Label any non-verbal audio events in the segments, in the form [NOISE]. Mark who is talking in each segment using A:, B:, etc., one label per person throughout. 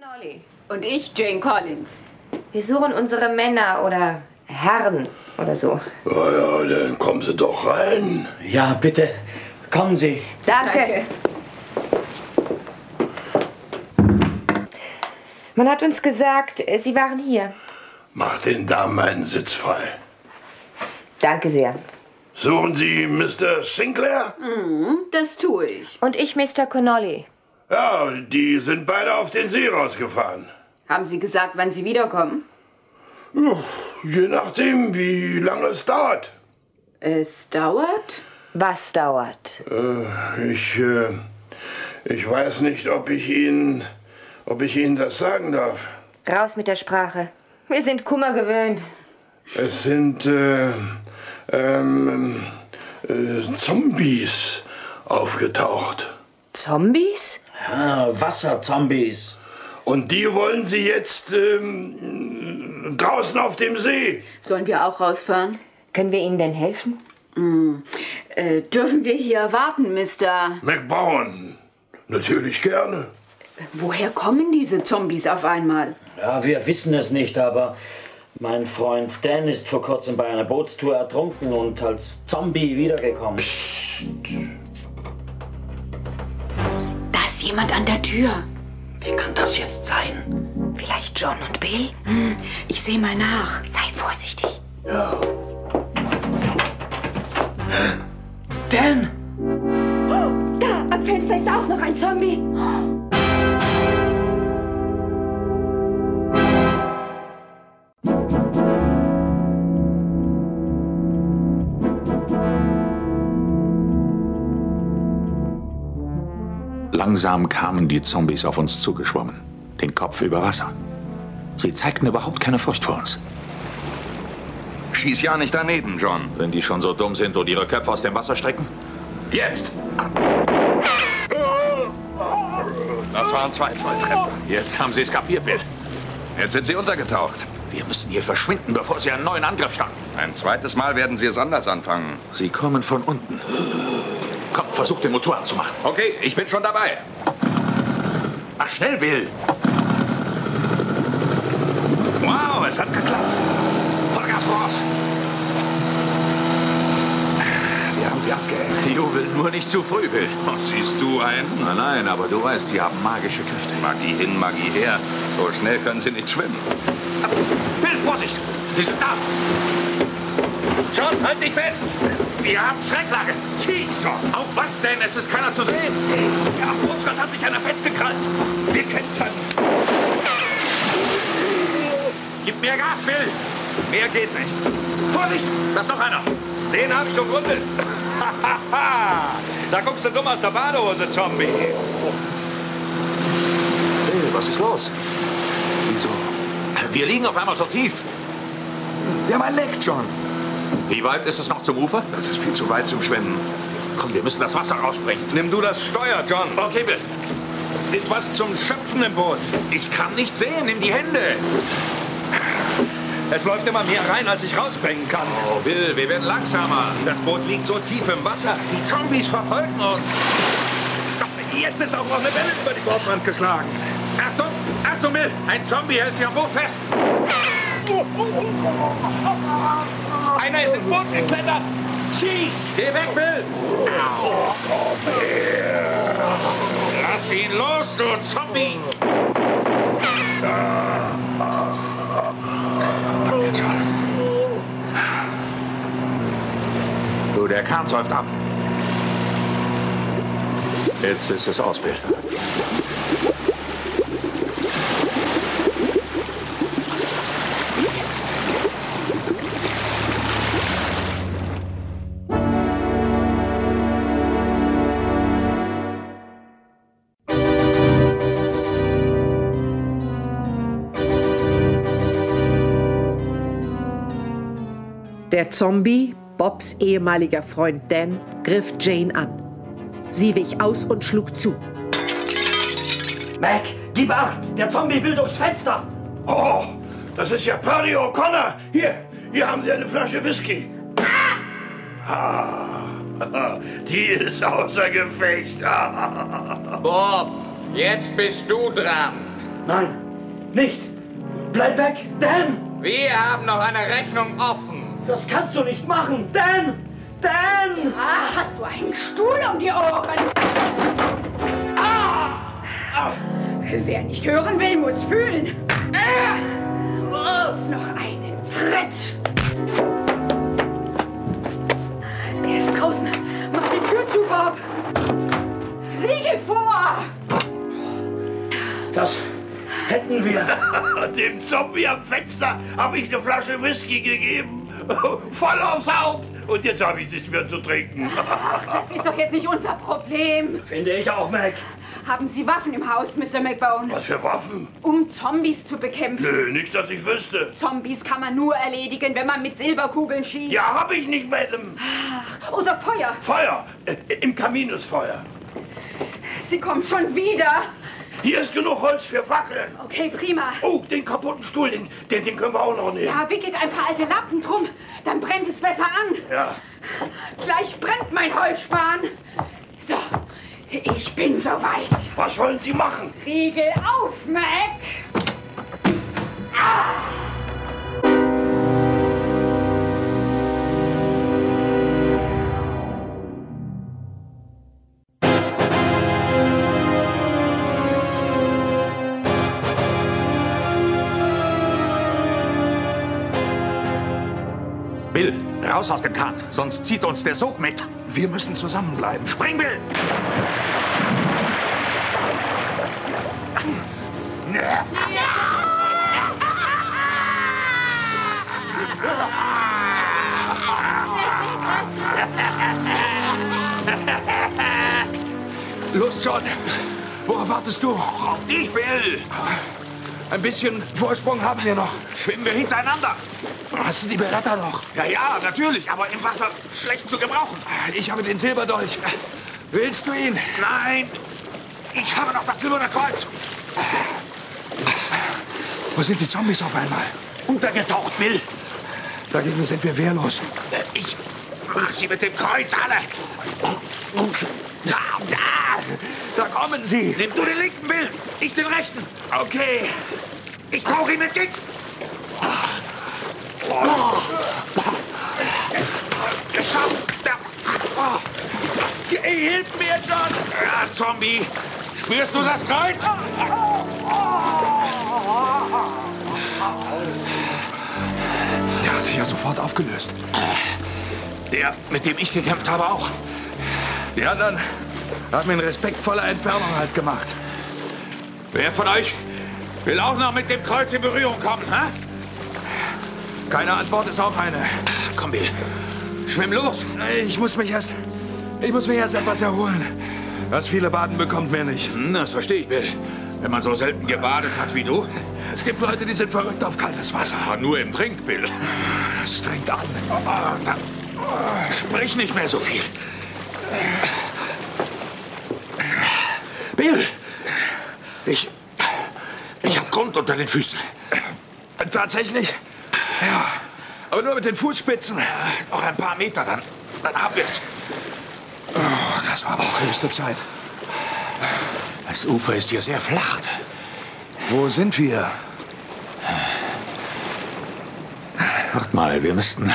A: Nolly. Und ich, Jane Collins.
B: Wir suchen unsere Männer oder Herren oder so.
C: Ja, ja, dann kommen Sie doch rein.
D: Ja, bitte. Kommen Sie.
B: Danke. Man hat uns gesagt, äh, Sie waren hier.
C: Mach den Damen einen Sitz frei.
B: Danke sehr.
C: Suchen Sie Mr. Sinclair?
A: Das tue ich.
B: Und ich, Mr. Connolly.
C: Ja, die sind beide auf den See rausgefahren.
A: Haben Sie gesagt, wann Sie wiederkommen?
C: Uff, Je nachdem, wie lange es dauert.
A: Es dauert.
B: Was dauert?
C: Äh, Ich, äh, ich weiß nicht, ob ich Ihnen, ob ich Ihnen das sagen darf.
B: Raus mit der Sprache. Wir sind Kummer gewöhnt.
C: Es sind äh, ähm, äh, Zombies aufgetaucht.
B: Zombies?
D: Ah, Wasserzombies.
C: Und die wollen Sie jetzt ähm, draußen auf dem See.
A: Sollen wir auch rausfahren?
B: Können wir Ihnen denn helfen?
A: Äh, dürfen wir hier warten, Mister?
C: McBowen, natürlich gerne.
A: Woher kommen diese Zombies auf einmal?
D: Ja, wir wissen es nicht, aber mein Freund Dan ist vor kurzem bei einer Bootstour ertrunken und als Zombie wiedergekommen.
A: Da ist jemand an der Tür.
D: Wer kann das jetzt sein?
E: Vielleicht John und Bill?
A: Ich sehe mal nach.
E: Sei vorsichtig.
D: Dan!
E: Da, am Fenster ist auch noch ein Zombie.
F: Langsam kamen die Zombies auf uns zugeschwommen, den Kopf über Wasser. Sie zeigten überhaupt keine Furcht vor uns.
G: Schieß ja nicht daneben, John.
F: Wenn die schon so dumm sind und ihre Köpfe aus dem Wasser strecken?
G: Jetzt! Das waren zwei Volltreffer.
F: Jetzt haben sie es kapiert, Bill.
G: Jetzt sind sie untergetaucht.
F: Wir müssen hier verschwinden, bevor sie einen neuen Angriff starten.
G: Ein zweites Mal werden sie es anders anfangen.
F: Sie kommen von unten. Komm, versuch den Motor anzumachen.
G: Okay, ich bin schon dabei.
F: Ach, schnell, Bill.
G: Wow, es hat geklappt.
F: Vollgas voraus.
G: Wir haben sie abgehängt.
F: Jubel nur nicht zu früh, Bill.
G: Oh, siehst du einen?
F: Nein, nein, aber du weißt, die haben magische Kräfte.
G: Magie hin, Magie her. So schnell können sie nicht schwimmen.
F: Bill, Vorsicht! Sie sind da!
G: John, halt dich fest!
F: Wir haben Schräglage! Schieß schon! Auf was denn? Es ist keiner zu sehen! Ja, am Bootsrand hat sich einer festgekrallt! Wir kentern! Gib mehr Gas, Bill!
G: Mehr geht nicht.
F: Vorsicht! Da ist noch einer!
G: Den habe ich umrundet.
F: [LAUGHS]
G: da guckst du dumm aus der Badehose, Zombie.
F: Bill, was ist los? Wieso? Äh, Wir liegen auf einmal so tief.
G: Wir haben ein Leck, John.
F: Wie weit ist es noch zum Ufer?
G: Das ist viel zu weit zum Schwimmen.
F: Komm, wir müssen das Wasser rausbrechen.
G: Nimm du das Steuer, John.
F: Okay, Bill.
G: Ist was zum Schöpfen im Boot.
F: Ich kann nicht sehen. Nimm die Hände.
G: Es läuft immer mehr rein, als ich rausbringen kann.
F: Oh, Bill, wir werden langsamer.
G: Das Boot liegt so tief im Wasser.
F: Die Zombies verfolgen uns.
G: Jetzt ist auch noch eine Welle über die Bordwand geschlagen.
F: Achtung! Achtung, Bill! Ein Zombie hält sich am Boot fest.
G: Einer ist ins Boot geklettert.
F: Schieß! Geh weg, Bill! Lass ihn los, du Zombie! Danke, John. Du, der Kahn säuft ab. Jetzt ist es aus, Bill.
H: Der Zombie, Bobs ehemaliger Freund Dan, griff Jane an. Sie wich aus und schlug zu.
D: Mac, gib acht! Der Zombie will durchs Fenster!
C: Oh, das ist ja Paddy O'Connor. Hier, hier haben Sie eine Flasche Whisky. Ah, [LAUGHS] die ist außer Gefecht. Ah,
I: Bob, jetzt bist du dran.
D: Nein, nicht! Bleib weg! Dan!
I: Wir haben noch eine Rechnung offen.
D: Das kannst du nicht machen! Dan! Dan!
E: Ah, hast du einen Stuhl um die Ohren? Ah! Au! Wer nicht hören will, muss fühlen. Ah! Und noch einen Tritt. Er ist draußen. Mach die Tür zu, Bob. Riegel vor.
D: Das hätten wir.
C: [LAUGHS] Dem Zombie am Fenster habe ich eine Flasche Whisky gegeben. [LAUGHS] Voll aufs Haupt. Und jetzt habe ich nichts mehr zu trinken. [LAUGHS]
E: Das ist doch jetzt nicht unser Problem.
D: Finde ich auch, Mac.
E: Haben Sie Waffen im Haus, Mr. McBone,
C: Was für Waffen?
E: um Zombies zu bekämpfen?
C: Nö, nicht, dass ich wüsste.
E: Zombies kann man nur erledigen, wenn man mit Silberkugeln schießt.
C: Ja, habe ich nicht, Madam.
E: Oder Feuer.
C: Feuer. Äh, Im Kamin ist Feuer.
E: Sie kommen schon wieder.
C: Hier ist genug Holz für Fackeln.
E: Okay, prima.
C: Oh, den kaputten Stuhl, den, den, den können wir auch noch nehmen.
E: Ja, wickelt ein paar alte Lappen drum, dann brennt es besser an.
C: Ja.
E: Gleich brennt mein Holzspan. So, ich bin soweit.
C: Was wollen Sie machen?
E: Riegel auf, Mac.
C: Bill, raus aus dem Kahn, sonst zieht uns der Sog mit. Wir müssen zusammenbleiben. Spring, Bill!
F: Los, John. Worauf wartest du?
C: Auf dich, Bill!
F: Ein bisschen Vorsprung haben wir noch.
C: Schwimmen wir hintereinander.
F: Hast du die Beretta noch?
C: Ja, ja, natürlich, aber im Wasser schlecht zu gebrauchen.
F: Ich habe den Silberdolch. Willst du ihn?
C: Nein, ich habe noch das silberne Kreuz.
F: Wo sind die Zombies auf einmal?
C: Untergetaucht, Bill.
F: Dagegen sind wir wehrlos.
C: Ich mach sie mit dem Kreuz alle. Da, da.
F: Da kommen sie.
C: Nimm du den linken, Bill. Ich den rechten. Okay. Ich tauche ihm entgegen.
F: Ah.
C: Geschafft. Da.
F: Hey, hilf mir, John. Ah,
C: Ja, Zombie. Spürst du das Kreuz?
F: Der hat sich ja sofort aufgelöst.
C: Der, mit dem ich gekämpft habe, auch.
F: Die anderen haben in respektvoller Entfernung halt gemacht.
C: Wer von euch will auch noch mit dem Kreuz in Berührung kommen, hä?
F: Keine Antwort ist auch eine.
C: Komm, Bill. Schwimm los.
F: Ich muss mich erst. Ich muss mich erst etwas erholen. Was viele baden, bekommt mir nicht.
C: Hm, Das verstehe ich, Bill. Wenn man so selten gebadet hat wie du.
F: Es gibt Leute, die sind verrückt auf kaltes Wasser.
C: Aber nur im Trink, Bill.
F: Das strengt an. Ah,
C: Oh, da, oh, sprich nicht mehr so viel. Bill! Ich. Ich hab Grund unter den Füßen.
F: Tatsächlich? Ja. Aber nur mit den Fußspitzen.
C: Noch ein paar Meter, dann, dann haben wir's.
F: Oh, das war aber auch höchste Zeit.
C: Das Ufer ist hier sehr flach.
F: Wo sind wir?
C: Wart mal, wir müssten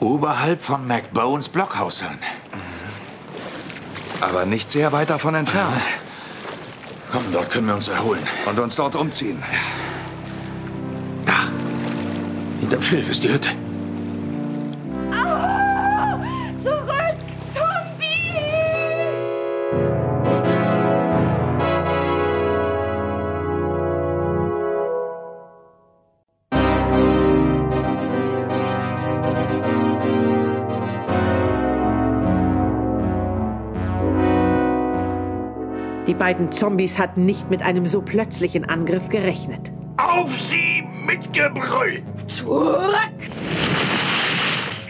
C: oberhalb von McBones Blockhaus sein.
F: Aber nicht sehr weit davon entfernt.
C: Komm, dort können wir uns erholen.
F: Und uns dort umziehen.
C: Da. Hinterm Schilf ist die Hütte.
E: Zurück, Zombie!
H: Die beiden Zombies hatten nicht mit einem so plötzlichen Angriff gerechnet.
C: Auf sie mit Gebrüll!
E: Zurück!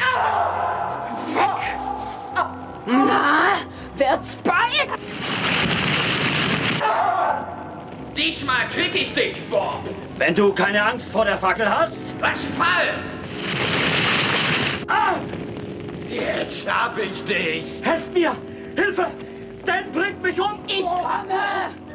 E: Ah, weg! Ah, Na, wird's bei?
I: Diesmal krieg ich dich, Bob.
D: Wenn du keine Angst vor der Fackel hast,
I: Was Fall? Ah! Jetzt hab ich dich.
D: helft mir! Hilfe! Dan bringt mich um!
E: Ich komme!